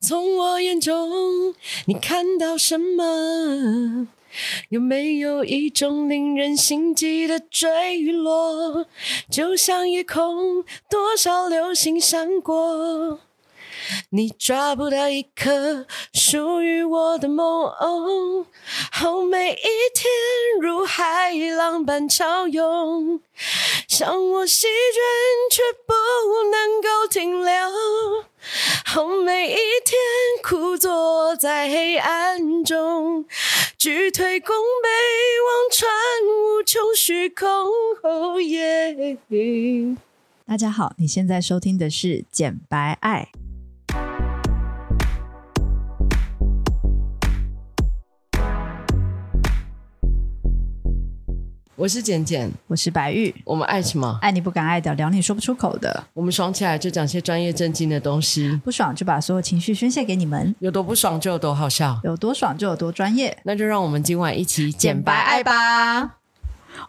从我眼中你看到什么？有没有一种令人心悸的坠落？就像夜空多少流星闪过，你抓不到一颗属于我的梦。哦，每一天如海浪般潮涌，向我席卷，却不能够停留。好，每一天枯坐在黑暗中，举腿拱背，望穿无穷虚空。哦耶！大家好，你现在收听的是《简白爱》。我是简简，我是白玉，我们爱什么？爱你不敢爱的，聊你说不出口的，我们爽起来就讲些专业正经的东西，不爽就把所有情绪宣泄给你们，有多不爽就有多好笑。有多爽就有多专业。那就让我们今晚一起简白爱吧！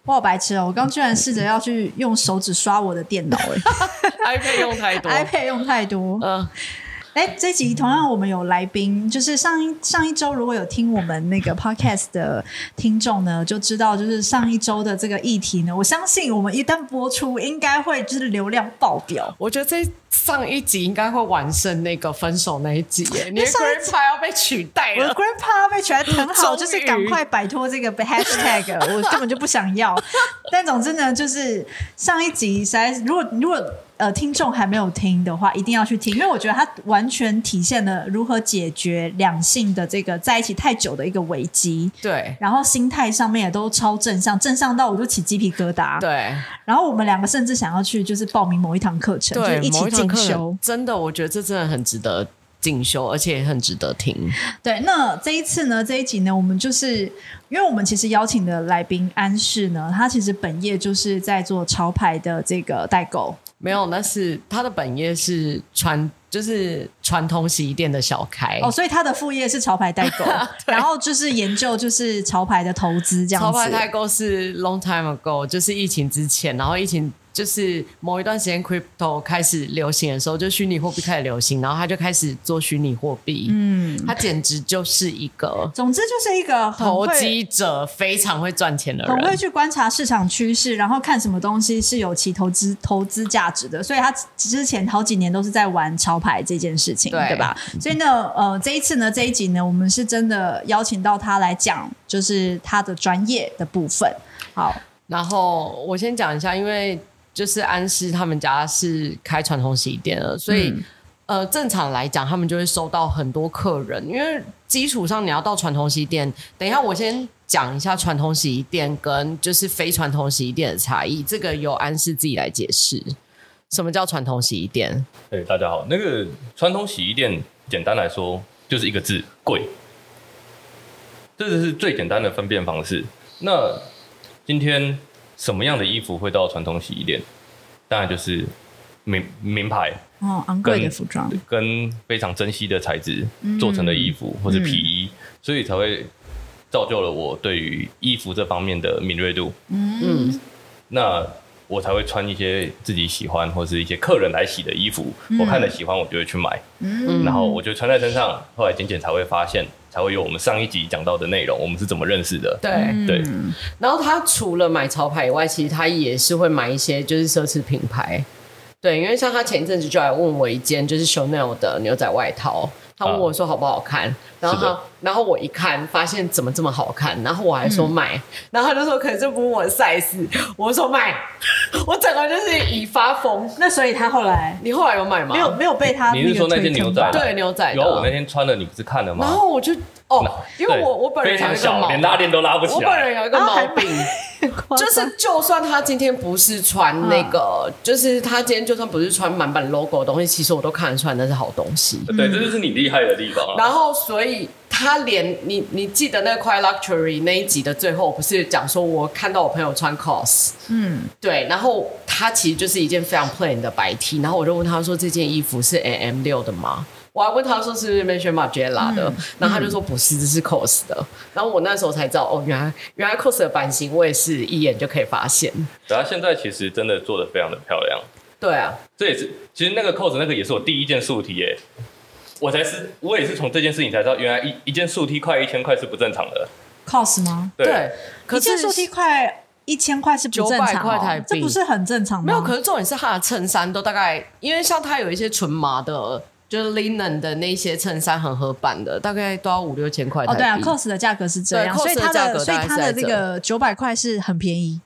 哇，好白痴哦！我刚居然试着要去用手指刷我的电脑、 iPad 用太多。哎，iPad 用太多。嗯，哎，这集同样我们有来宾，就是上一上一周如果有听我们那 个 podcast 的听众呢，就知道就是上一周的这个议题呢，我相信我们一旦播出，应该会就是流量爆表。我觉得这上一集应该会完胜那个分手那一集 耶，你的上一 Grandpa 要被取代我了的。grandpa 被全藤 好，终于就是赶快摆脱这个 hashtag，我根本就不想要。 但总之呢，就是上一集实在是，如果如果呃听众还没有听的话，一定要去听，因为我觉得它完全体现了如何解决两性的这个在一起太久的一个危机。对然后心态上面也都超正向，正向到我就起鸡皮疙瘩。对然后我们两个甚至想要去就是报名某一堂课程，就是对，一某起一堂进课修。真的，我觉得这真的很值得进修，而且也很值得听。对，那这一次呢，这一集呢，我们就是因为我们其实邀请的来宾安氏呢，他其实本业就是在做潮牌的这个代购。没有，那是他的本业是传，就是传统洗衣店的小开。哦，所以他的副业是潮牌代 购，然后就是研究就是潮牌的投资这样潮子。牌代购是 long time ago，就是疫情之前，然后疫情就是某一段时间 crypto 开始流行的时候，就虚拟货币开始流行，然后他就开始做虚拟货币。嗯，他简直就是一个总之就是一个很投会机者，非常会赚钱的很会人。去观察市场趋势，然后看什么东西是有其投资投资价值的。所以他之前好几年都是在玩潮牌这件事情，对对吧？所以呢，呃，这一次呢，这一集呢，我们是真的邀请到他来讲，就是他的专业的部分。好，然后我先讲一下，因为就是安师他们家是开传统洗衣店的，所嗯以、呃，正常来讲，他们就会收到很多客人，因为基础上你要到传统洗衣店。等一下，我先讲一下传统洗衣店跟就是非传统洗衣店的差异，这个由安师自己来解释。什么叫传统洗衣店？哎、大家好。那个传统洗衣店，简单来说就是一个字贵，这就是最简单的分辨方式。那今天什么样的衣服会到传统洗衣店？当然就是名名牌哦，昂贵的服装，跟非常珍惜的材质做成的衣服、嗯或是皮衣，所以才会造就了我对于衣服这方面的敏锐度。嗯，那我才会穿一些自己喜欢或是一些客人来洗的衣服，嗯我看了喜欢我就会去买。嗯然后我就穿在身上，后来简简才会发现，才会有我们上一集讲到的内容，我们是怎么认识的。对。嗯对，然后他除了买潮牌以外，其实他也是会买一些就是奢侈品牌。对，因为像他前一阵子就来问我一件就是 Chanel 的牛仔外套，他问我说好不好看，然后是他的然后我一看发现怎么这么好看，然后我还说嗯买，然后他就说可是这不是我的 size，我说买，我整个就是已发疯。那所以他后来你后来有买吗？没有没有被他你是说那推件坑牛仔吧吗？对牛仔的有啊我那天穿了，你不是看了吗？然后我就哦那，因为我对我本人非有一常个毛小，连拉链都拉不起我本来。人有一个啊还毛病。 就是，就算他今天不是穿那个，就是他今天就算不是穿满版 logo 的东西，其实我都看得出来那是好东西。对，这就是你厉害的地方啊。然后，所以他连你，你记得那个《Quiet Luxury》那一集的最后，不是讲说我看到我朋友穿 cos，嗯，对，然后他其实就是一件非常 plain 的白 T，然后我就问他说这件衣服是 M 六的吗？我还问他说是不是 m a n c h m a g e l a 的，然后他就说不是，这是 cos 的。然后我那时候才知道，哦，原来原来 cos 的版型我也是一眼就可以发现。然后现在其实真的做的非常的漂亮，对啊，这也是其实那个扣子那个也是我第一件素体耶，我才是我也是从这件事情才知道，原来一一件竖 T 快一千块是不正常的。 cos 吗？对，一可件是竖 T 块一千块是不正常、哦， 900块台币这不是很正常吗？没有，可是重点是他的衬衫都大概，因为像他有一些纯麻的，就是 linen 的那些衬衫很合版的，大概都要五六千块台哦，币。对啊，cos 的价格是这样，对所 cos 以的它价格所以大概它是的在这这个九百块是很便宜。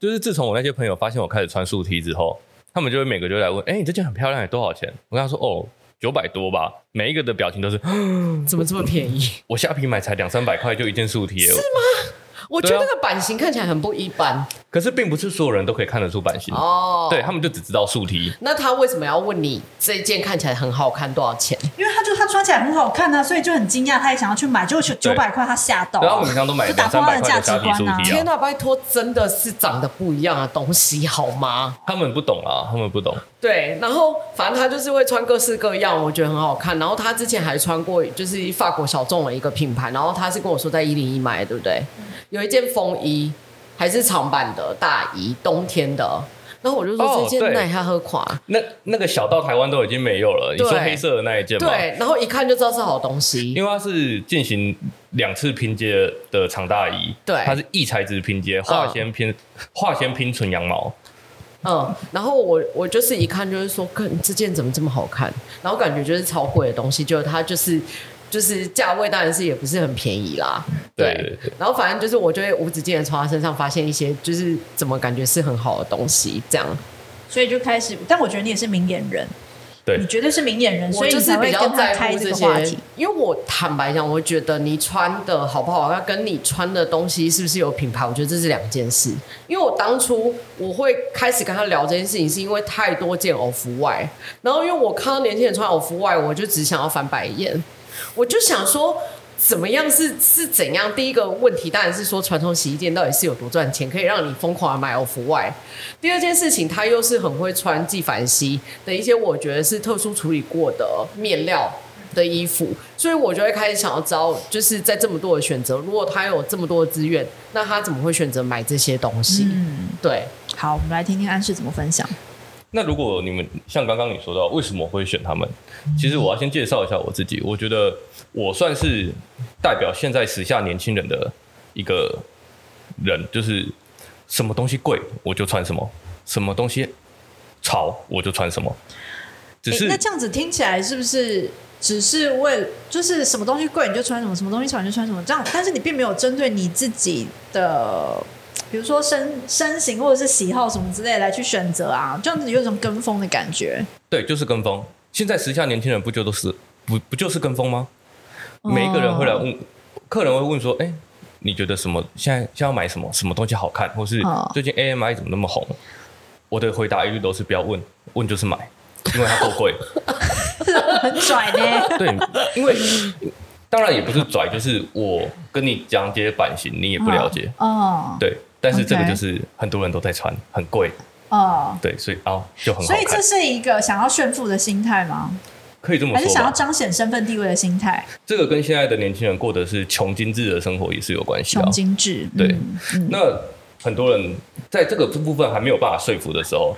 就是自从我那些朋友发现我开始穿竖 T 之后，他们就会每个就来问：“哎、你这件很漂亮，有多少钱？”我跟他说：“哦，九百多吧。”每一个的表情都是嗯怎么这么便宜？：“我下批买才两三百块就一件竖 T 耶。” 我觉对得啊那个版型看起来很不一般可是并不是所有人都可以看得出版型，哦。对他们就只知道竖 T。那他为什么要问你这件看起来很好看多少钱？因为他就他穿起来很好看啊，所以就很惊讶，他也想要去买，结果九九对百块他吓到、然啊后我们平常都买哦就打破两三他百的块价的值虾皮观竖啊 T 天啊，哪、拜托，真的是长得不一样的东西好吗？他们不懂啊，他们不懂。对，然后反正他就是会穿各式各样，我觉得很好看。然后他之前还穿过就是法国小众的一个品牌，然后他是跟我说在一零一买的，对不对？有一件风衣还是长版的大衣，冬天的。然后我就说哦这件对耐他喝垮，那那个小到台湾都已经没有了，你说对黑色的那一件吗？对，然后一看就知道是好东西。因为它是进行两次拼接的长大衣，对它是异材质拼接，化纤拼、化纤拼纯羊毛，嗯，然后我我就是一看就是说，看这件怎么这么好看，然后感觉就是超贵的东西，就是它就是就是价位当然是也不是很便宜啦，对对对然后反正就是我就会无止境的从他身上发现一些就是怎么感觉是很好的东西，这样所以就开始。但我觉得你也是明眼人，对你绝对是明眼人，所我以就你是才比会较跟他在开乎这这个些话题。，因为我坦白讲，我觉得你穿的好不好看，跟你穿的东西是不是有品牌，我觉得这是两件事。因为我当初我会开始跟他聊这件事情，是因为太多件 off 外，然后因为我看到年轻人穿 off 外，我就只想要翻白眼，嗯我就想说。怎么样是是怎样？第一个问题当然是说传统洗衣店到底是有多赚钱，可以让你疯狂的买 off 外。第二件事情，它又是很会穿纪梵希的一些我觉得是特殊处理过的面料的衣服，所以我就会开始想要知道，就是在这么多的选择，如果他有这么多的资源，那他怎么会选择买这些东西？嗯，对，好，我们来听听安室怎么分享。那如果你们像刚刚你说到，为什么会选他们？其实我要先介绍一下我自己，我觉得我算是代表现在时下年轻人的一个人，就是什么东西贵我就穿什么，什么东西潮我就穿什么。只诶是那这样子听起来是不是只是为就是什么东西贵你就穿什么，什么东西少你就穿什么这样？但是你并没有针对你自己的，比如说身身形或者是喜好什么之类来去选择啊，这样子有一种跟风的感觉。对，就是跟风。现在时下年轻人不就都是不不就是跟风吗？每一个人会来哦问，客人会问说：“哎、你觉得什么？现在现在要买什么？什么东西好看？或是哦最近 AMI 怎么那么红？”我的回答一律都是不要问，问就是买，因为它够 贵。很拽 呢。对，因为当然也不是拽，就是我跟你讲解版型，你也不了解。哦对，但是这个 OK 就是很多人都在穿，很贵，哦，对，所以哦就很好所以看这，是一个想要炫富的心态吗？可以这么还是说想要吧。彰显身份地位的心态？这个跟现在的年轻人过的是穷精致的生活也是有关系的穷啊。精致，对嗯那很多人在这个部分还没有办法说服的时候，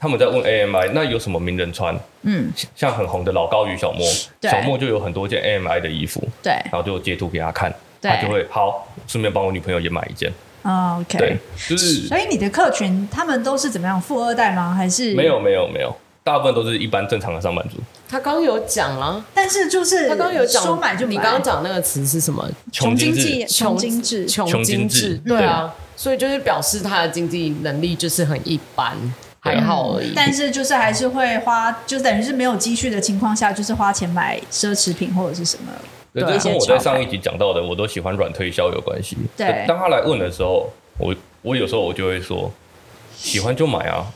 他们在问 AMI，那有什么名人穿？嗯，像很红的老高与小莫，对小莫就有很多件 AMI 的衣服，对，然后就截图给他看，对他就会好，顺便帮我女朋友也买一件。哦对，OK。，就是所以你的客群他们都是怎么样？富二代吗？还是没有没有没有，大部分都是一般正常的上班族，他刚刚有讲啦，但是就是他刚刚有讲，说买就买，你刚刚讲那个词是什么？穷经精济，。致穷精致，穷穷精精致致，对啊，所以就是表示他的经济能力就是很一般，对还啊好而已。 但是就是还是会花，就等于是没有积蓄的情况下，就是花钱买奢侈品或者是什么。对，对这啊跟我在上一集讲到的，我都喜欢软推销有关系。对当他来问的时候，我我有时候我就会说，喜欢就买啊，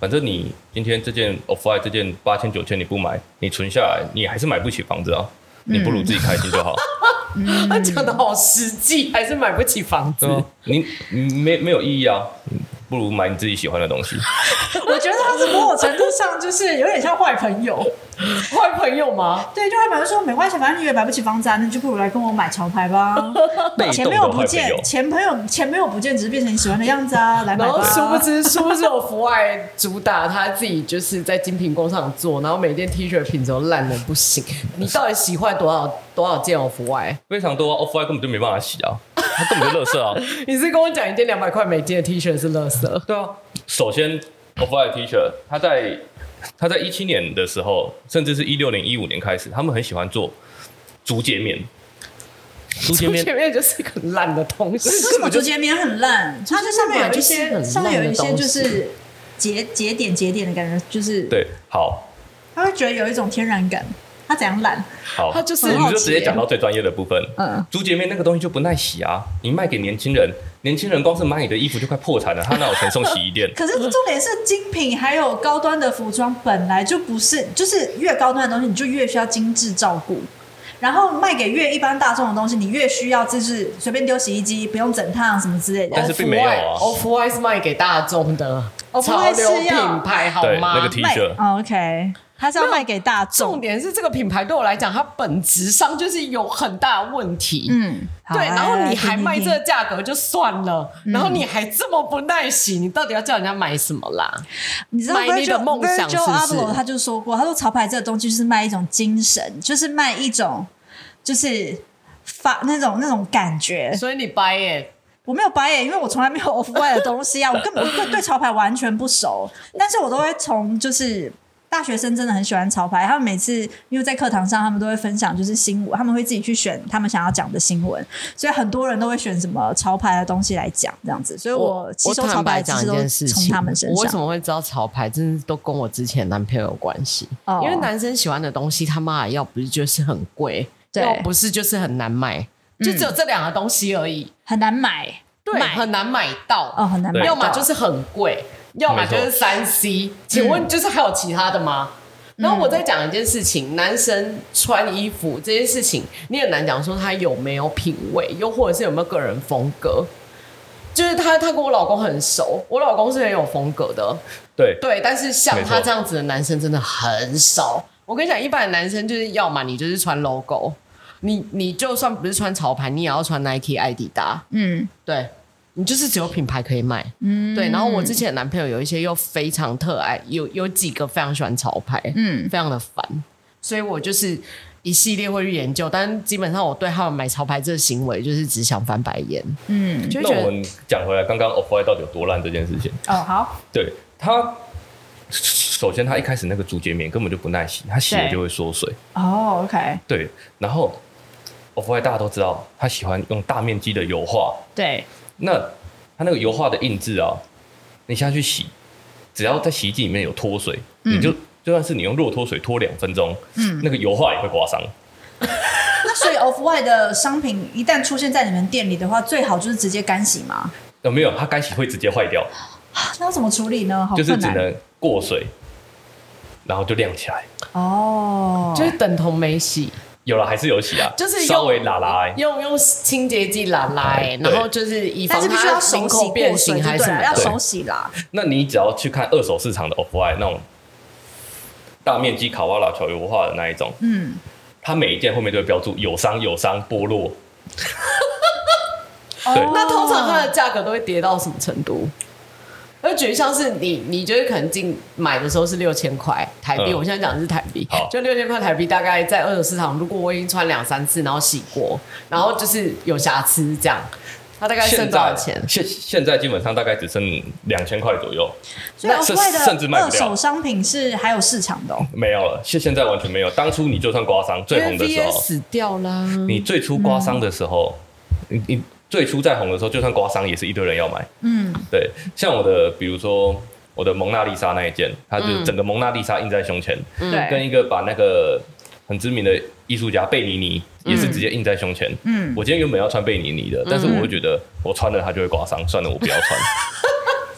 反正你今天这件 off white 这件八千九千你不买，你存下来你还是买不起房子啊，你不如自己开心就好。他 讲的好实际，还是买不起房子对。啊，你你没没有意义啊，不如买你自己喜欢的东西。我觉得他是某种程度上就是有点像坏朋 友，坏朋友吗？ 对，就他朋友说没关系，反正你也买不起房子啊，那你就不如来跟我买潮 牌吧。被前动没有的不坏见朋友，，前朋友前朋友不见，只是变成你喜欢的样子啊，来买然 吧后。殊不知，殊不知我福爱主打他自己就是在精品工厂做，然后每件 T 恤品质都烂的不 行。你到底洗坏多少多少件哦，福爱？非常多、啊、off white 根本就没办法洗 啊，它根本就垃圾啊。你是跟我讲一件两百块美金的 T 恤是垃圾？对啊，首先 off white T 恤，它在它在一七年的时候，甚至是一六年、一五年开始，他们很喜欢做竹节面。竹 节面前面就是一个很烂的东西。为什么竹节棉很烂？它这上面有一些，上面有一些就是节节点节点的感觉，就是对，好他会觉得有一种天然感。他怎样烂？好，它就是我很好们就奇直接耶讲到最专业的部分。嗯，？竹节面那个东西就不耐洗啊，你卖给年轻人，年轻人光是买你的衣服就快破产了，他哪有钱送洗衣店可是重点是精品还有高端的服装本来就不是，就是越高端的东西你就越需要精致照顾，然后卖给越一般大众的东西，你越需要就是随便丢洗衣机不用整烫什么之类的。哦但是并没有啊 Off White 是卖给大众的潮 Off-White 是流要品牌，好对，吗？那个 T 卖恤，哦，OK，它是要卖给大重众。点是这个品牌对我来讲，它本质上就是有很大问题。嗯，好对，来然后你来听还听卖听这个价格就算了，然后你还这么不耐洗，你到底要叫人家买什么啦？你知道买你的 Virgil 梦想是 Virgil 不是 Abloh 他就说过，他说潮牌这个东西就是卖一种精神，就是卖一种就是发那种那种感觉。所以你 buy it，我没有白眼，因为我从来没有 off white 的东西啊，我根本对对潮牌完全不熟，但是我都会从就是。大学生真的很喜欢潮牌，他们每次因为在课堂上，他们都会分享就是新闻，他们会自己去选他们想要讲的新闻，所以很多人都会选什么潮牌的东西来讲这样子。所以我吸我收潮坦白牌的知讲识一件都事从情，他们身我为什上。么会知道潮牌，真的都跟我之前男朋友有关系。哦因为男生喜欢的东西，他妈的要不是就是很贵，对要不是就是很难买。就只有这两个东西而已，很难买，买很难买到，哦，很难买对到，要么就是很贵，要么就是三 C。请问就是还有其他的吗？然后我再讲一件事情，男生穿衣服这件事情，你很难讲说他有没有品味，又或者是有没有个人风格。就是他，他跟我老公很熟，我老公是很有风格的，对，对。但是像没他错这样子的男生真的很少。我跟你讲，一般的男生就是要么你就是穿 logo，你你就算不是穿潮牌，你也要穿 Nike、艾迪达，嗯对你就是只有品牌可以买，嗯，对。然后我之前的男朋友有一些又非常特爱，有有几个非常喜欢潮牌，嗯非常的烦，所以我就是一系列会去研究，但基本上我对他们买潮牌这个行为就是只想翻白眼，嗯就会那觉我得们讲回来，刚刚 off white 到底有多烂这件事情，哦好，对它，首先它一开始那个竹节面根本就不耐洗，它洗了对就会缩水，哦 OK，对，然后 off white 大家都知道，他喜欢用大面积的油画，对，那它那个油画的印制啊，你下去洗，只要在洗衣机里面有脱水，你就就算是你用弱脱水脱两分钟，那个油画也会刮伤。那所以 Off White 的商品一旦出现在你们店里的话，最好就是直接干洗嘛。呃，没有，它干洗会直接坏掉，啊那要怎么处理呢？好就是困只难能过水，然后就晾起来。哦，就是等同没洗。有了还是有洗啊，就是用稍微拉拉、欸。用用清洁剂拉拉、欸，对然后就是以防但是必须要它手领洗口过变水形就还是对什了，么要的。手洗啦。那你只要去看二手市场的 off white 那种大面积卡哇拉球油画的那一种，嗯，它每一件后面都会标注有伤、有伤、剥落，对哦那通常它的价格都会跌到什么程度？那举例像是你，你就是可能进买的时候是六千块台币，嗯我现在讲的是台币好，就六千块台币，大概在二手市场，如果我已经穿两三次，然后洗过，然后就是有瑕疵这样，它大概剩现多少在钱？现现在基本上大概只剩两千块左右，所以那 Off 甚 White 甚至的卖二不掉手商品是还有市场的哦。没有了。现现在完全没有。当初你就算刮伤最红的时 VS 候，死掉啦，嗯你最初刮伤的时候，你你最初在红的时候，就算刮伤也是一堆人要买。嗯，对，像我的，比如说我的蒙娜丽莎那一件，它就嗯整个蒙娜丽莎印在胸前，嗯跟对，一个把那个很知名的艺术家贝尼尼嗯也是直接印在胸前。嗯，我今天原本要穿贝尼尼的，但是我嗯会觉得我穿了它就会刮伤，算了，我不要 穿。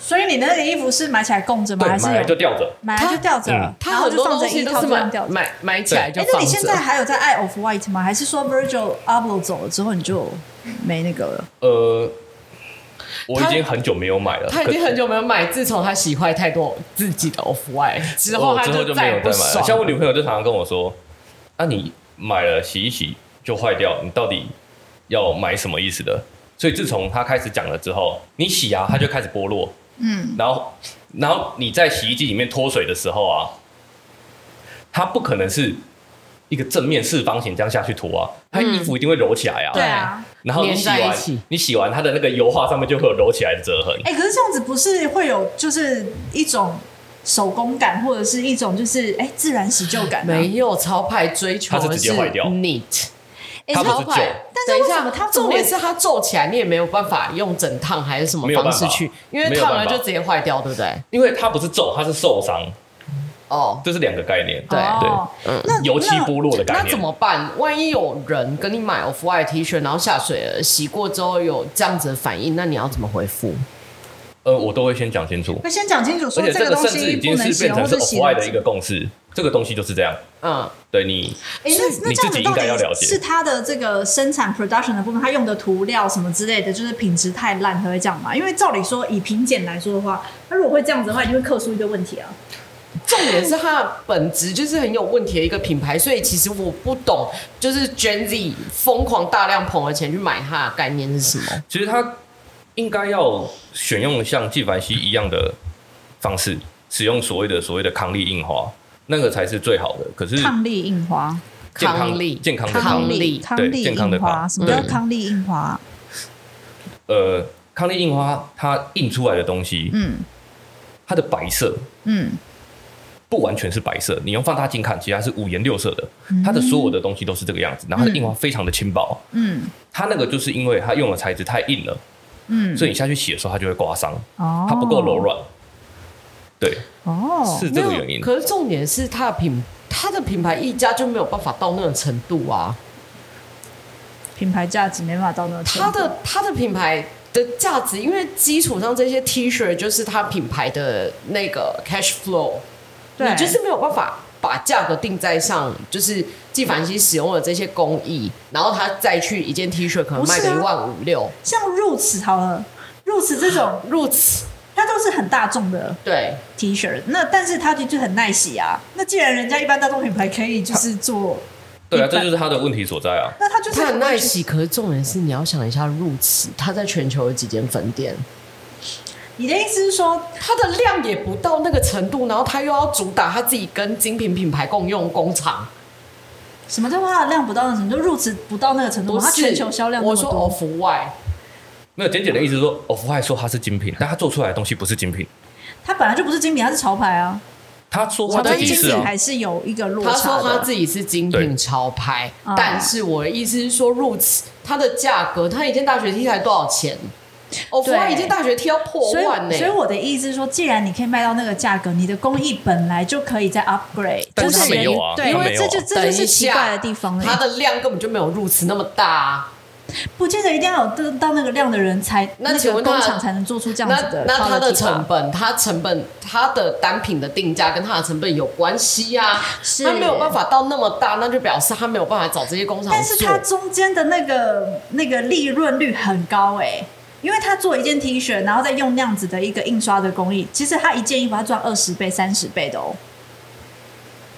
所以你的那个衣服是买起来供着吗？还对，是买来就有吊着。买来就吊着嗯，它然后很就多放着东一西套都是这样买吊着。买买起来就哎，那放你现在着。还有在爱 Off White 吗？还是说 Virgil Abloh 走了之后你就没那个了？呃，我已经很久没有买了，他已经可很久没有买，自从他洗坏太多自己的 Off White 之后，我他哦之后就没再有也再不买了。爽。像我女朋友就常常跟我说：“那、你买了洗一洗就坏掉，你到底要买什么意思的？”所以自从她开始讲了之后，你洗啊，它就开始剥落，嗯，然后然后你在洗衣机里面脱水的时候啊，它不可能是一个正面四方形这样下去脱啊，它衣服一定会揉起来啊。嗯对啊。然后你粘洗在一完起，你洗完它的那个油画上面就会有揉起来的折痕。哎、可是这样子不是会有就是一种手工感，或者是一种就是哎、自然洗旧感、啊？没有潮牌追求它是的直接坏掉 neat，哎、它不超潮是牌皱。等但是一为什下么，它重点总会是它皱起来，你也没有办法用整烫还是什么没有方办式法去，因为没有烫办了法就直接坏掉，对不对？因为它不是皱，它是受伤，哦，这是两个概念。对哦那油漆那剥落的概那念。怎么办？万一有人跟你买 Off White T 恤，然后下水了，洗过之后有这样子的反应，那你要怎么回复？呃，我都会先讲清楚，会先讲清楚而说且这个个东甚至西已经不能是洗变了，或成是者洗 off 了 white 的一个共识，这个东西就是这样。嗯，对你，哎、那那你这样自子己到应该要了底解是它的这个生产 production 的部分，它用的涂料什么之类的，就是品质太烂才会这样嘛？因为照理说，以品检来说的话，它如果会这样子的话，一定会克出一堆问题啊。重点是它的本质就是很有问题的一个品牌，所以其实我不懂，就是 Gen Z 疯狂大量捧了钱去买它的概念是什么？其实它应该要选用像纪梵希一样的方式，使用所谓的所谓的抗力印花，那个才是最好的。可是抗粒印花，健康抗力健康的抗康力粒，对粒健康的印花，抗什么叫对抗粒印花？呃，抗力印花它印出来的东西，嗯它的白色嗯，不完全是白色，你用放大镜看，其实它是五颜六色的，它的所有的东西都是这个样子，然后它的印花非常的轻薄，嗯它那个就是因为它用的材质太硬了，嗯，所以你下去洗的时候它就会刮伤，哦，它不够柔软，对，哦，是没这有个原因。可是重点是它的品，它的品牌溢价就没有办法到那个程度啊。品牌价值没办法到那个程度。它的它的品牌的价值，因为基础上这些 T 恤就是它品牌的那个 cash flow，对你就是没有办法把价格定在上，就是纪梵希使用了这些工艺，然后他再去一件 T 恤可能卖个一不是啊万五六，像入尺好了，入尺这种入此它都是很大众的对。 T 恤，那但是它就是很耐洗啊。那既然人家一般大众品牌可以就是做，对啊，一般这就是它的问题所在啊。那它就是它很耐。洗，可是重点是你要想一下入此，它在全球有几间分店，你的意思是说，它的量也不到那个程度，然后它又要主打它自己跟精品品牌共用工厂，什么叫它的量不到那个程度，入职不到那个程度不吗？是它全球销量那我么说哦多， off white，没有简简的意思是说，off white 说它是精品，但它做出来的东西不是精品。它本来就不是精品，它是潮牌啊，他说我他的哦跟自己精是品啊，还是有一个落他差说他的。自己是精品对潮牌啊，但是我的意思是说，入此它的价格，它一件大学 T 才多少钱？哦，对哇，一件大学 T 要破所以万，呢、所以我的意思是说，既然你可以卖到那个价格，你的工艺本来就可以再 upgrade，但就是它是没有啊对，因它为没有这啊就这等就一是下，奇怪的地方它了，的量根本就没有入此那么大、啊。不见得一定要有到那个量的人才，那那请个问它工厂才能做出这样那子的 quality 吧。那它的成本，它成本它的单品的定价跟它的成本有关系啊，是它没有办法到那么大，那就表示它没有办法找这些工厂但是做它。中间的那个那个利润率很高哎、因为他做一件 T 恤，然后再用那样子的一个印刷的工艺，其实他一件衣服他赚二十倍、三十倍的哦。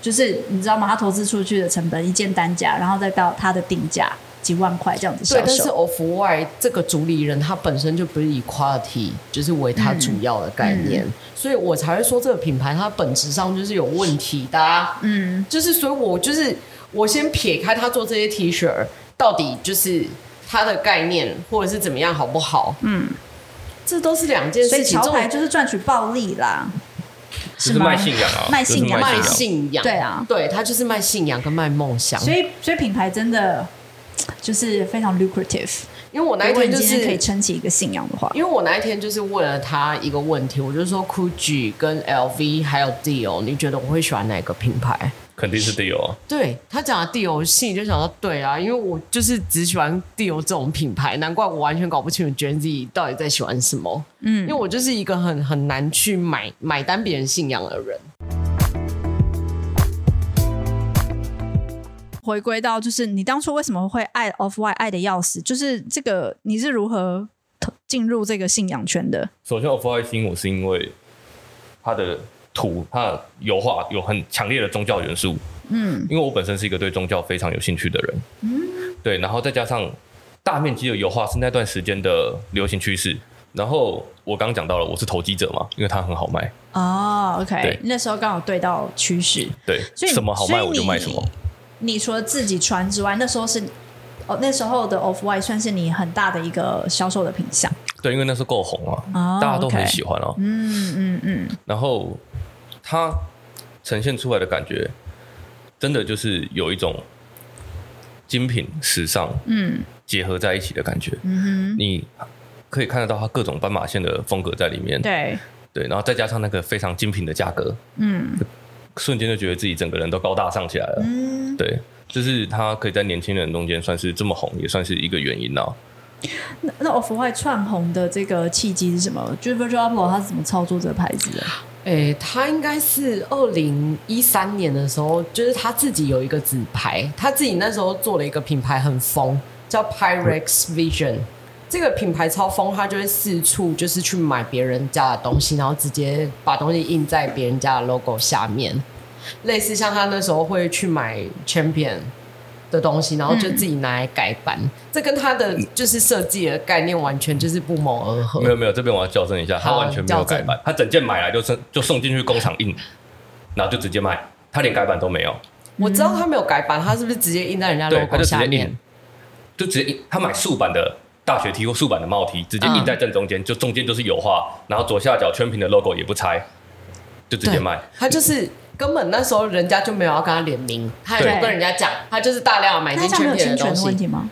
就是你知道吗？他投资出去的成本，一件单价，然后再到它的定价几万块这样子对销，但是售。 off white 这个主理人他本身就不是以 quality 就是为他主要的概念，嗯所以我才会说这个品牌它本质上就是有问题的、啊。嗯，就是所以我就是我先撇开他做这些 T 恤到底就是他的概念或者是怎么样好不好，嗯，这都是两件所以事情，潮这种牌就是赚取暴利啦，就是吗卖信仰啊，卖就是信仰卖卖信仰。信仰，对啊对他就是卖信仰跟卖梦想。所以所以品牌真的就是非常 lucrative。因为我那一如果天你就今天可以是撑起一个信仰的话，因为我那一天就是问了他一个问题，我就说 Gucci 跟 LV 还有 Dior，你觉得我会喜欢哪个品牌？肯定是 Dior 啊。对他讲的 Dior，我心里就想到对啊，因为我就是只喜欢 Dior 这种品牌，难怪我完全搞不清楚 Gen Z 到底在喜欢什么。嗯，因为我就是一个很很难去买买单别人信仰的人。回归到就是你当初为什么会爱 Off White 爱的要死，就是这个你是如何投进入这个信仰圈的？首先 off white 吸引我是因为它的图、它的油画有很强烈的宗教元素。嗯，因为我本身是一个对宗教非常有兴趣的人。嗯，对，然后再加上大面积的油画是那段时间的流行趋势。然后我刚讲到了，我是投机者嘛，因为它很好卖。哦，OK，对那时候刚好对到趋势，对，所以什么好卖我就卖什。所么以。你你除了自己穿之外，那时候是哦，那时候的 Off White 算是你很大的一个销售的品项。对，因为那时候够红啊，哦大家都很 OK 喜欢啊。嗯嗯嗯，然后它呈现出来的感觉，真的就是有一种精品时尚，嗯，结合在一起的感觉。嗯你可以看得到它各种斑马线的风格在里面，对，对然后再加上那个非常精品的价格，嗯瞬间就觉得自己整个人都高大上起来了。嗯。对，就是它可以在年轻人中间算是这么红，也算是一个原因啊。那那 Off White 窜红的这个契机是什么？就是 Virgil Abloh 他是怎么操作这个牌子的？诶、他应该是二零一三年的时候，就是他自己有一个纸牌，他自己那时候做了一个品牌很疯，叫 Pyrex Vision。这个品牌超疯，他就会四处就是去买别人家的东西，然后直接把东西印在别人家的 logo 下面，类似像他那时候会去买 Champion 的东西，然后就自己拿来改版。这跟他的就是设计的概念完全就是不谋而合嗯没。有没有，这边我要校正一下，他好完全没有改版，他整件买来就送就送进去工厂印，然后就直接卖，他连改版都没有，我知道他没有改版，他是不是直接印在人家对，他 logo 就直下接面印？，就直接印，他买竖版的。大学 T 或竖版的帽 T 直接印嗯在正中间，就中间就是油画，然后左下角圈屏的 logo 也不拆，就直接对，卖。他就是根本那时候人家就没有要跟他联名，他也对不跟人家讲，他就是大量地买那进这样没有全品的侵权东的问西。题吗？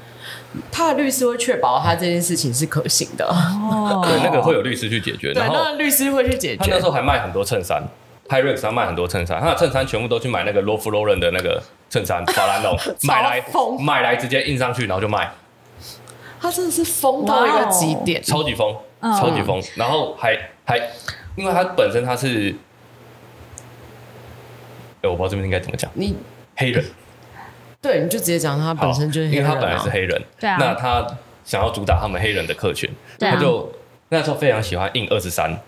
他的律师会确保他这件事情是可行的，哦， 对，那个会有律师去解决。对，然那后律师会去解他那决时。候还卖很多衬衫 p y r e x 他卖很多衬衫，他的衬衫全部都去买那个 Ralph Lauren 的那个衬衫，法 兰绒买来疯买来直接印上去，然后就卖。他真的是疯到一个极点，超级疯，嗯超级疯，然后还还，因为他本身他是，哎、我不知道这边应该怎么讲，你黑人，对，你就直接讲他好本身就是黑因人为他本来啊是。黑人，对啊那他想要主打他们黑人的客群，对啊他就那时候非常喜欢印二十三，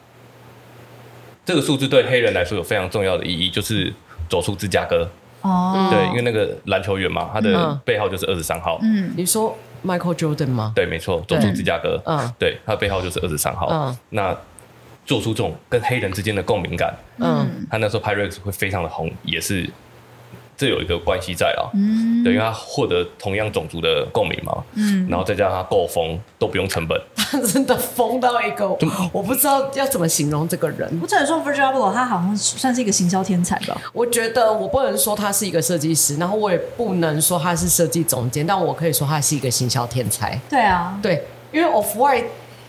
这个数字对黑人来说有非常重要的意义，就是走出芝加哥，哦，对，因为那个篮球员嘛，他的嗯背号就是二十三号，嗯你说 Michael Jordan 吗？对，没错，走出芝加哥，嗯对，他的背号就是二十三号，嗯那做出这种跟黑人之间的共鸣感，嗯，他那时候 Pyrex 会非常的红，也是这有一个关系在啊，嗯对，因为他获得同样种族的共鸣嘛，嗯然后再加上他够疯，都不用成本，他真的疯到一个，我不知道要怎么形容这个人。我只能说 Virgil Abloh 他好像算是一个行销天才吧。我觉得我不能说他是一个设计师，然后我也不能说他是设计总监，但我可以说他是一个行销天才。对啊，对，因为 Off White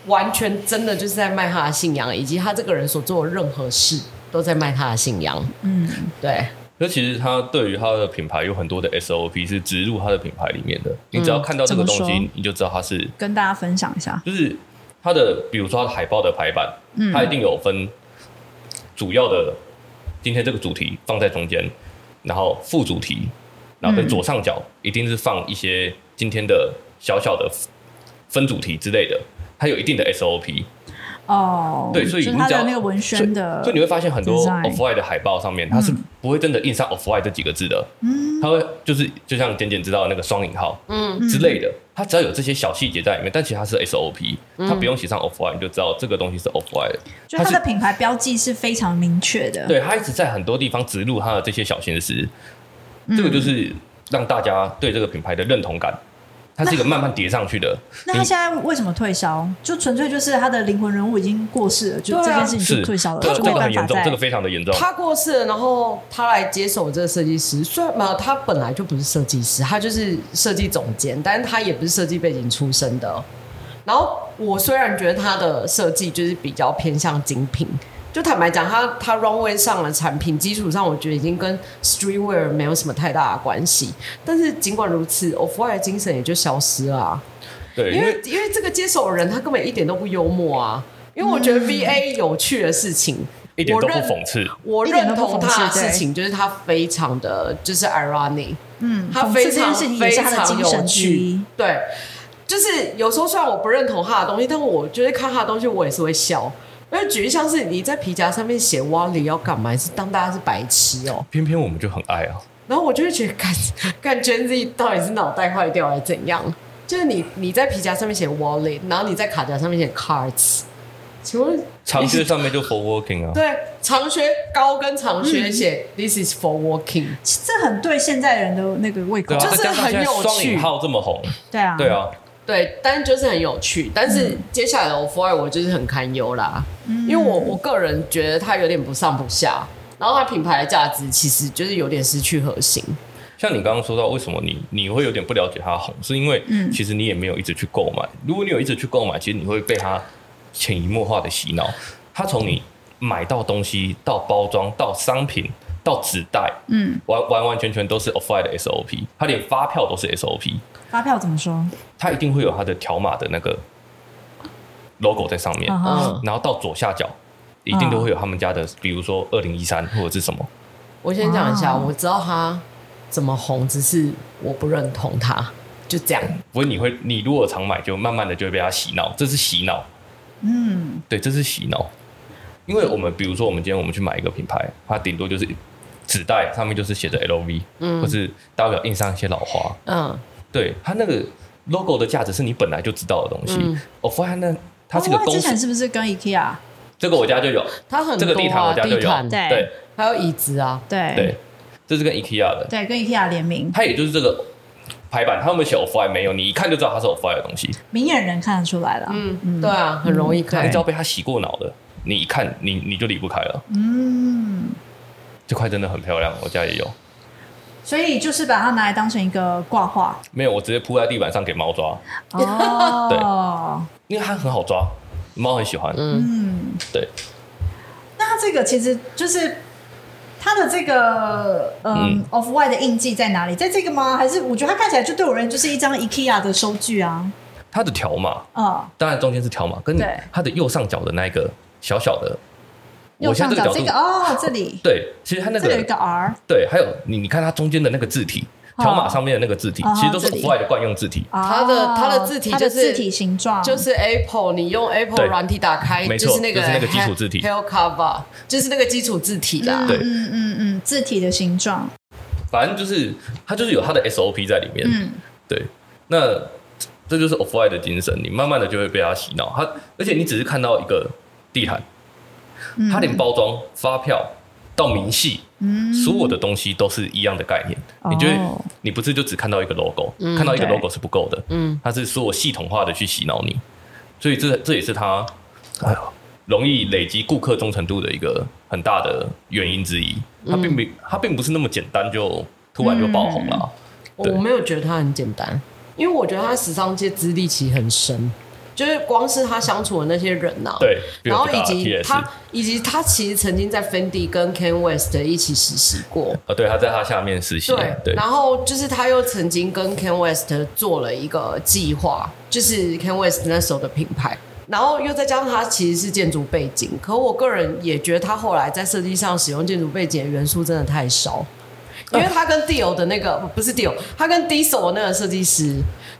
完全真的就是在卖他的信仰，以及他这个人所做的任何事都在卖他的信仰。嗯，对，那其实他对于他的品牌有很多的 SOP 是植入他的品牌里面的，你只要看到这个嗯东怎么说西，你就知道它是跟大家分享一下。就是它的，比如说它的海报的排版，它一定有分主要的今天这个主题放在中间，然后副主题，然后跟左上角一定是放一些今天的小小的分主题之类的，它有一定的 SOP。哦，对，所以就你是他只的要那个文宣的，所以，所以你会发现很多 design 嗯 off white 的海报上面，它是不会真的印上 off white 这几个字的，嗯，它会就是就像简简知道的那个双引号，嗯之类的，它只要有这些小细节在里面，但其实它是 SOP，它不用写上 off white 你就知道这个东西是 off white 的，就他它的是品牌标记是非常明确的。，对，它一直在很多地方植入它的这些小心思，嗯这个就是让大家对这个品牌的认同感，它是一个慢慢叠上去的，嗯那他现在为什么退烧？就纯粹就是他的灵魂人物已经过世了，就对啊这件事情是就退烧了，这就个这没个很办严法重，再这个。非常的严重，他过世了，然后他来接手这个设计师。虽然没有，他本来就不是设计师，他就是设计总监，但是他也不是设计背景出身的。然后我虽然觉得他的设计就是比较偏向精品，就坦白讲，他他 runway 上的产品基础上，我觉得已经跟 streetwear 没有什么太大的关系。但是尽管如此，off white 的精神也就消失了、啊。对，因为因为这个接手的人他根本一点都不幽默啊。因为我觉得 V A 有趣的事情，嗯一点都不我认讽刺。我一点都认不同讽刺他的事对情，就是他非常的就是 irony，嗯，他讽刺非这件常事情也非是他的常精神有之趣一。，对。就是有时候虽然我不认同他的东西，但我觉得看他的东西我也是会笑。因为举例像是你在皮夹上面写 Wally 要干嘛，是当大家是白痴哦、偏偏我们就很爱啊。然后我就会觉得，干干 Gen Z 到底是脑袋坏掉还是怎样？就是你你在皮夹上面写 wallet，然后你在卡夹上面写 cards，请问长靴上面就 for working 啊，对长靴高跟长靴写、this 嗯 is for walking，这很对现在人的那个胃口对啊，，就是再加上现在很有双趣引号这么红，对啊，对，啊，对，但就是很有趣。但是接下来的 f o r 我就是很堪忧啦，因为我我个人觉得它有点不上不下，然后它品牌的价值其实就是有点失去核心。像你刚刚说到，为什么你你会有点不了解它红，是因为嗯其实你也没有一直去购买。如果你有一直去购买，其实你会被它潜移默化的洗脑。它从你买到东西到包装到商品到纸袋，嗯，完完完全全都是 o f f i 的 SOP，它连发票都是 SOP，发票怎么说？它一定会有它的条码的那个 logo 在上面，啊哈嗯，然后到左下角一定都会有他们家嗯的，比如说二零一三或者是什么。我先讲一下，哇我知道它怎么红，只是我不认同它，就这样。不过你会，你如果常买，就慢慢的就会被它洗脑，这是洗脑。嗯，对，这是洗脑。因为我们比如说，我们今天我们去买一个品牌，它顶多就是纸袋上面就是写着 LV，嗯或是大不了印上一些老花。嗯，对，它那个 logo 的价值是你本来就知道的东西。嗯我发现那它是个哦公之前司，是不是跟 IKEA？这个我家就有，它很多、啊、这个地毯我家就有地毯对对还有椅子啊，对对，这是跟 IKEA 的，对，跟 IKEA 联名，它也就是这个排版，他们写 off white 没有，你一看就知道它是 off white 的东西，明眼人看得出来了。嗯，对啊，很容易看你只要被它洗过脑的，你一看你你就离不开了。嗯，这块真的很漂亮，我家也有，所以就是把它拿来当成一个 挂画。没有我直接铺在地板上给猫抓，哦，因为它很好抓，猫很喜欢。嗯，嗯，对，那它这个其实就是它的这个嗯嗯 off white 的印记在哪里？在这个吗？还是我觉得它看起来就对我而言就是一张 IKEA 的收据啊。它的条码，嗯，当然中间是条码，跟对它的右上角的那一个小小的，右我现上在这角这个角度个，哦，这里对，其实它那这里有一个个 R 对，还有你你看它中间的那个字体，哦条码上面的那个字体哦，其实都是这里国外的惯用字体。哦的它的字体它的就是字体形状，就是 Apple，你用 Apple 对软体打开，没错就是那个就是那个基础字体 Hell Cover，就是那个基础字体啦。对嗯嗯嗯，字体的形状，反正就是它就是有它的 SOP 在里面。嗯对，那这这就是 Off White 的精神，你慢慢的就会被它洗脑。它而且你只是看到一个地毯，嗯，它连包装、发票到明细，嗯所有的东西都是一样的概念。你就会哦你不是就只看到一个 logo，看到一个对 logo 是不够的，嗯，它是所有系统化的去洗脑你，所以这这也是它，哎呦，容易累积顾客忠诚度的一个很大的原因之一。它并没，它并不是那么简单就突然就爆红嗯了。我对我没有觉得它很简单，因为我觉得它时尚界资历其实很深，就是光是他相处的那些人呐、啊，对，比如然后以大及 PS，他，以及他其实曾经在 Fendi 跟 Ken West 一起实习过，呃，对，他在他下面实习，对，对，然后就是他又曾经跟 Ken West 做了一个计划，就是 Ken West 那时候的品牌，然后又再加上他其实是建筑背景，可我个人也觉得他后来在设计上使用建筑背景的元素真的太少。因为他跟 Dior 的那个 不是 Dior，他跟 Diesel 那个设计师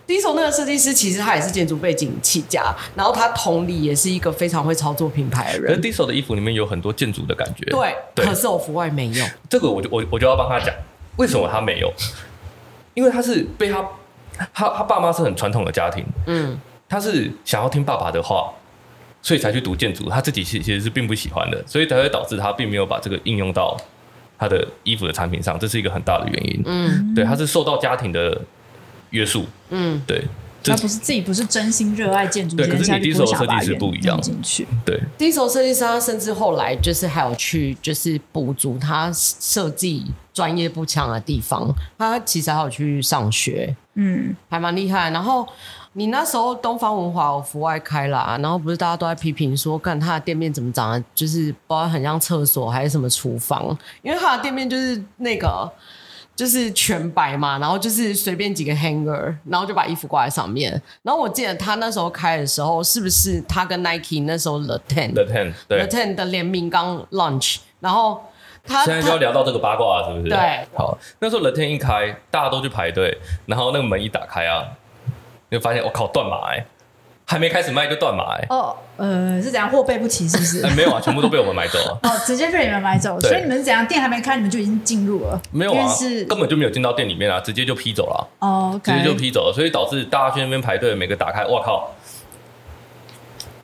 ，Diesel 那个设计师其实他也是建筑背景起家，然后他同理也是一个非常会操作品牌的可是人， Diesel 的衣服里面有很多建筑的感觉，对，对可是我服外没有，这个我就我我就要帮他讲，为什么他没有？因为他是被他他他爸妈是很传统的家庭，嗯，他是想要听爸爸的话，所以才去读建筑，他自己其其实是并不喜欢的，所以才会导致他并没有把这个应用到他的衣服的产品上，这是一个很大的原因。嗯对，他是受到家庭的约束，嗯，对，这他不是自己不是真心热爱建筑这对件事，可是你他就 Diesel 想把设计师人不一样弄进去。对，第一手设计师，他甚至后来就是还有去就是补足他设计专业不强的地方，他其实还有去上学，嗯，还蛮厉害。然后你那时候东方文华有福外开啦，然后不是大家都在批评说，看他的店面怎么长得就是不知道很像厕所还是什么厨房，因为他的店面就是那个。就是全白嘛，然后就是随便几个 hanger，然后就把衣服挂在上面。然后我记得他那时候开的时候，是不是他跟 Nike 那时候 The Ten The Ten，对 The，Ten 的联名刚 launch，然后啊他现在就要他聊到这个八卦了，是不是？对好，那时候 The Ten 一开，大家都去排队，然后那个门一打开啊，你会发现我靠断码哎，还没开始卖就断码哎，哦，呃，是怎样货备不齐是不是，哎？没有啊，全部都被我们买走了哦，直接被你们买走，对所以你们是怎样店还没开，你们就已经进入了？没有因为啊是，根本就没有进到店里面啊，直接就批走了啊、哦，OK，直接就批走了，所以导致大家去那边排队，每个打开，哇靠，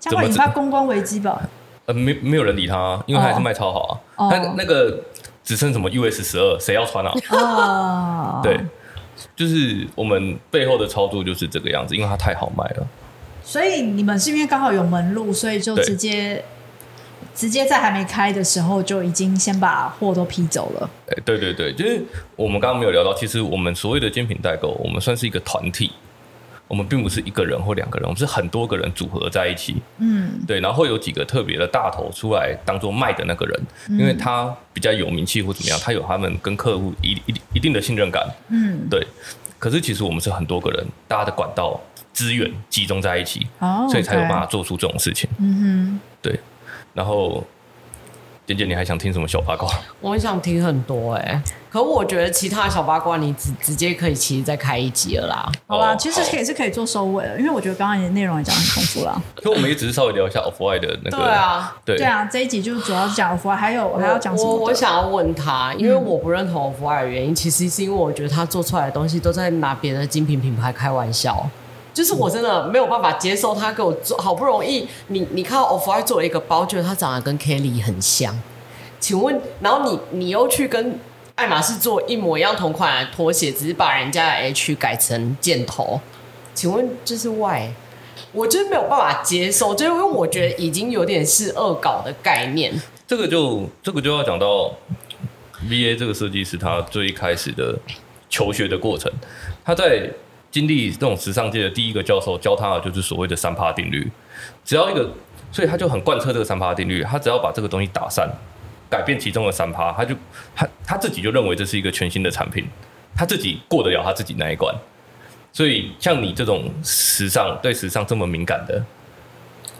这样会引怎么发公关危机 吧？呃，没没有人理他啊，因为他还是卖超好啊。哦他那个只剩什么 US 十二，谁要 穿啊？哦，对，，就是我们背后的操作就是这个样子，因为它太好卖了。所以你们是因为刚好有门路，所以就对直接直接在还没开的时候就已经先把货都批走了。哎，对对对，就是我们刚刚没有聊到，其实我们所谓的精品代购，我们算是一个团体，我们并不是一个人或两个人，我们是很多个人组合在一起。嗯，对，然后会有几个特别的大头出来当做卖的那个人，嗯因为他比较有名气或怎么样，他有他们跟客户一一一定的信任感。嗯，对，可是其实我们是很多个人，大家的管道资源集中在一起，哦，所以才有办 OK 法做出这种事情。嗯对，然后简简，你还想听什么小八卦？我很想听很多哎、可我觉得其他小八卦你直直接可以其实再开一集了啦。哼，好啦，哦其实可以是可以做收尾了，因为我觉得刚刚你的内容也讲得很丰富啦。所以我们也只是稍微聊一下 Off White 的那个，对啊，对，对啊，这一集就是主要是讲福，还有我还要讲什么我的？我想要问他，因为我不认同福尔的原因，其实是因为我觉得他做出来的东西都在拿别的精品品牌开玩笑。就是我真的没有办法接受他给我做，好不容易你你看 Off White 做了一个包，觉得它长得跟 Kelly 很像，请问，然后你你又去跟爱马仕做一模一样同款的拖鞋，只是把人家的 H 改成箭头，请问这是 why？我就是没有办法接受，就是因为我觉得已经有点是恶搞的概念。这个就这个就要讲到 VA 这个设计师他最一开始的求学的过程，他在经历这种时尚界的第一个教授教他的就是所谓的三趴定律，只要一个，所以他就很贯彻这个三趴定律，他只要把这个东西打散，改变其中的三趴，他就他他自己就认为这是一个全新的产品，他自己过得了他自己那一关。所以，像你这种时尚对时尚这么敏感的，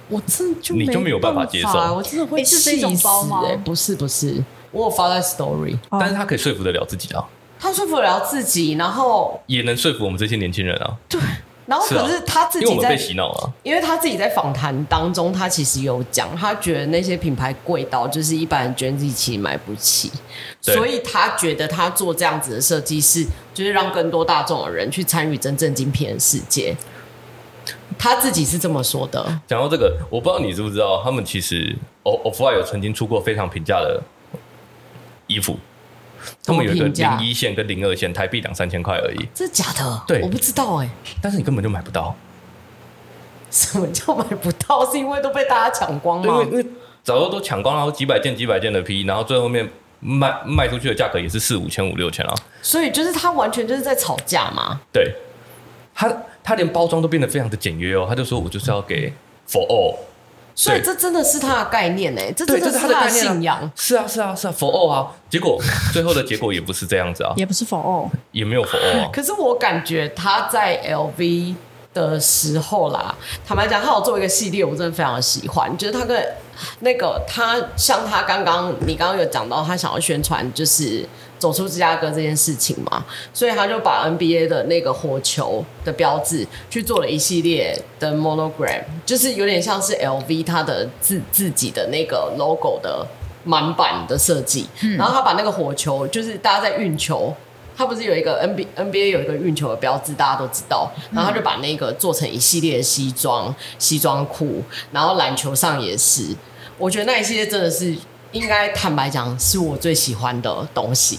我真的就你就没有办法接受我真的会诶这气是死、一种包吗诶不是不是，我有发在 story，哦但是他可以说服得了自己啊，他说服得了自己，然后也能说服我们这些年轻人啊。然后是啊哦可是他自因为我己们在被，洗脑啊了。因为他自己在访谈当中，他其实有讲，他觉得那些品牌贵到就是一般人捐自己其实买不起，对所以他觉得他做这样子的设计是就是让更多大众的人去参与真正精品的世界。他自己是这么说的，讲到这个，我不知道你知不知道，他们其实 O Off White 有曾经出过非常平价的衣服，他们有一个平价零一线跟零二线，台币两三千块而已，这假的？对我不知道哎、但是你根本就买不到，什么叫买不到？是因为都被大家抢光因为吗因？为早就都抢光了，然后几百件几百件的批，然后最后面卖卖出去的价格也是四五千五六千啊，所以就是他完全就是在吵架嘛。对，他他连包装都变得非常的简约哦，他就说我就是要给 For All。所以对这真的是他的概念呢、欸这对，真这的是他的他概的念、啊、信仰。是啊，是啊，是啊，for all 啊，结果最后的结果也不是这样子啊，也不是否哦， 也没有 for all 啊。可是我感觉他在 LV 的时候啦，坦白讲，他有做一个系列，我真的非常的喜欢，就是他跟那个他像他刚刚你刚刚有讲到，他想要宣传就是走出芝加哥这件事情嘛，所以他就把 NBA 的那个火球的标志去做了一系列的 monogram，就是有点像是 LV 它的自自己的那个 logo 的满版的设计，然后他把那个火球，就是大家在运球。他不是有一个 NBA NBA 有一个运球的标志，大家都知道。然后他就把那个做成一系列的西装、西装裤，然后篮球上也是。我觉得那一系列真的是，应该坦白讲，是我最喜欢的东西。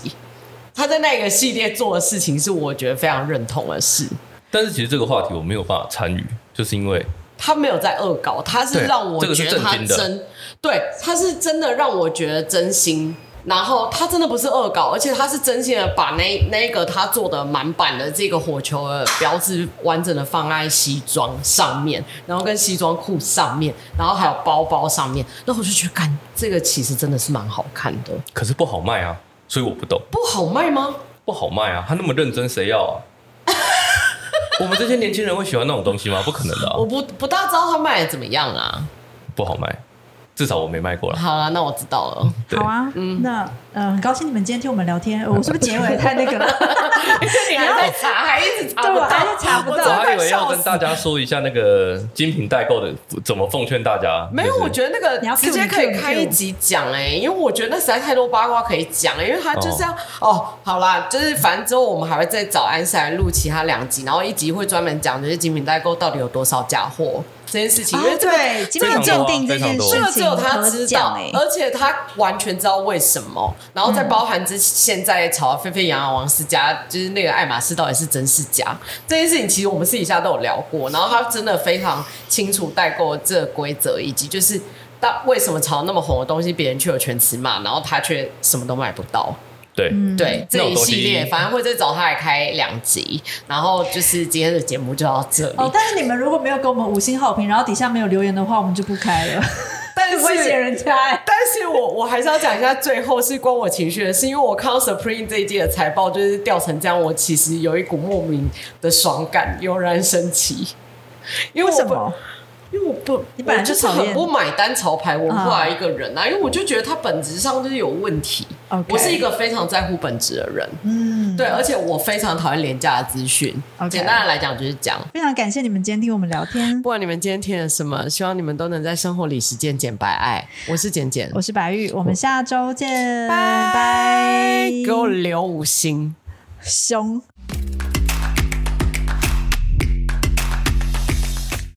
他在那个系列做的事情，是我觉得非常认同的事。但是其实这个话题我没有办法参与，就是因为他没有在恶搞，他是对让我这个是觉得正他经的真，对，他是真的让我觉得真心。然后他真的不是恶搞，而且他是真心的把那那个他做的满版的这个火球的标志完整的放在西装上面，然后跟西装裤上面，然后还有包包上面。那我就觉得，干这个其实真的是蛮好看的，可是不好卖啊，所以我不懂，不好卖吗？不好卖啊，他那么认真，谁 要啊？我们这些年轻人会喜欢那种东西吗？不可能的、我啊，不不大知道他卖的怎么样啊。不好卖。至少我没卖过了。好了，那我知道了。对好啊，嗯那呃，很高兴你们今天听我们聊天。呃我是不是 结尾太那个了？你还在查，还一直查对，不我到。还是查不我我真的到。还以为笑要死跟大家说一下那个精品代购的怎么奉劝大家。没有，就是我觉得那个你要 cue 直接可以你 cue 开你 cue 一集讲哎、因为我觉得那实在太多八卦可以讲了、因为他就是要哦好啦，就是反正之后我们还会再找安室来录其他两集，然后一集会专门讲就是精品代购到底有多少假货这件事情，因为哦这个 对，今非天常鉴多定这非常件多事这个只情有他可知讲道欸，而且他完全知道为什么，然后再包含之现在吵得沸沸扬扬王思佳，就是那个爱马仕到底是真是假这件事情，其实我们私底下都有聊过，然后他真的非常清楚代购这个规则，以及就是到为什么炒那么红的东西，别人却有全尺码，然后他却什么都买不到。对，对这那种一东系列，西反正会再找他来开两集，然后就是今天的节目就到这里。哦，但是你们如果没有给我们五星好评，然后底下没有留言的话，我们就不开了， 但是 威胁人家欸。但是我我还是要讲一下，最后是关我情绪的是，因为我看到 Supreme 这一季的财报就是掉成这样，我其实有一股莫名的爽感油然升起。因 为为我什不么？因为我不，你本来我就就是讨很厌嗯不买单潮牌文化一个人啊，因为我就觉得它本质上就是有问题。 OK 我是一个非常在乎本质的人，嗯，对，而且我非常讨厌廉价的资讯。 OK 简单的来讲就是讲，非常感谢你们今天听我们聊天。不管你们今天听了什么，希望你们都能在生活里实践简白爱。我是简简，我是白玉，我们下周见，拜给我留五星。凶。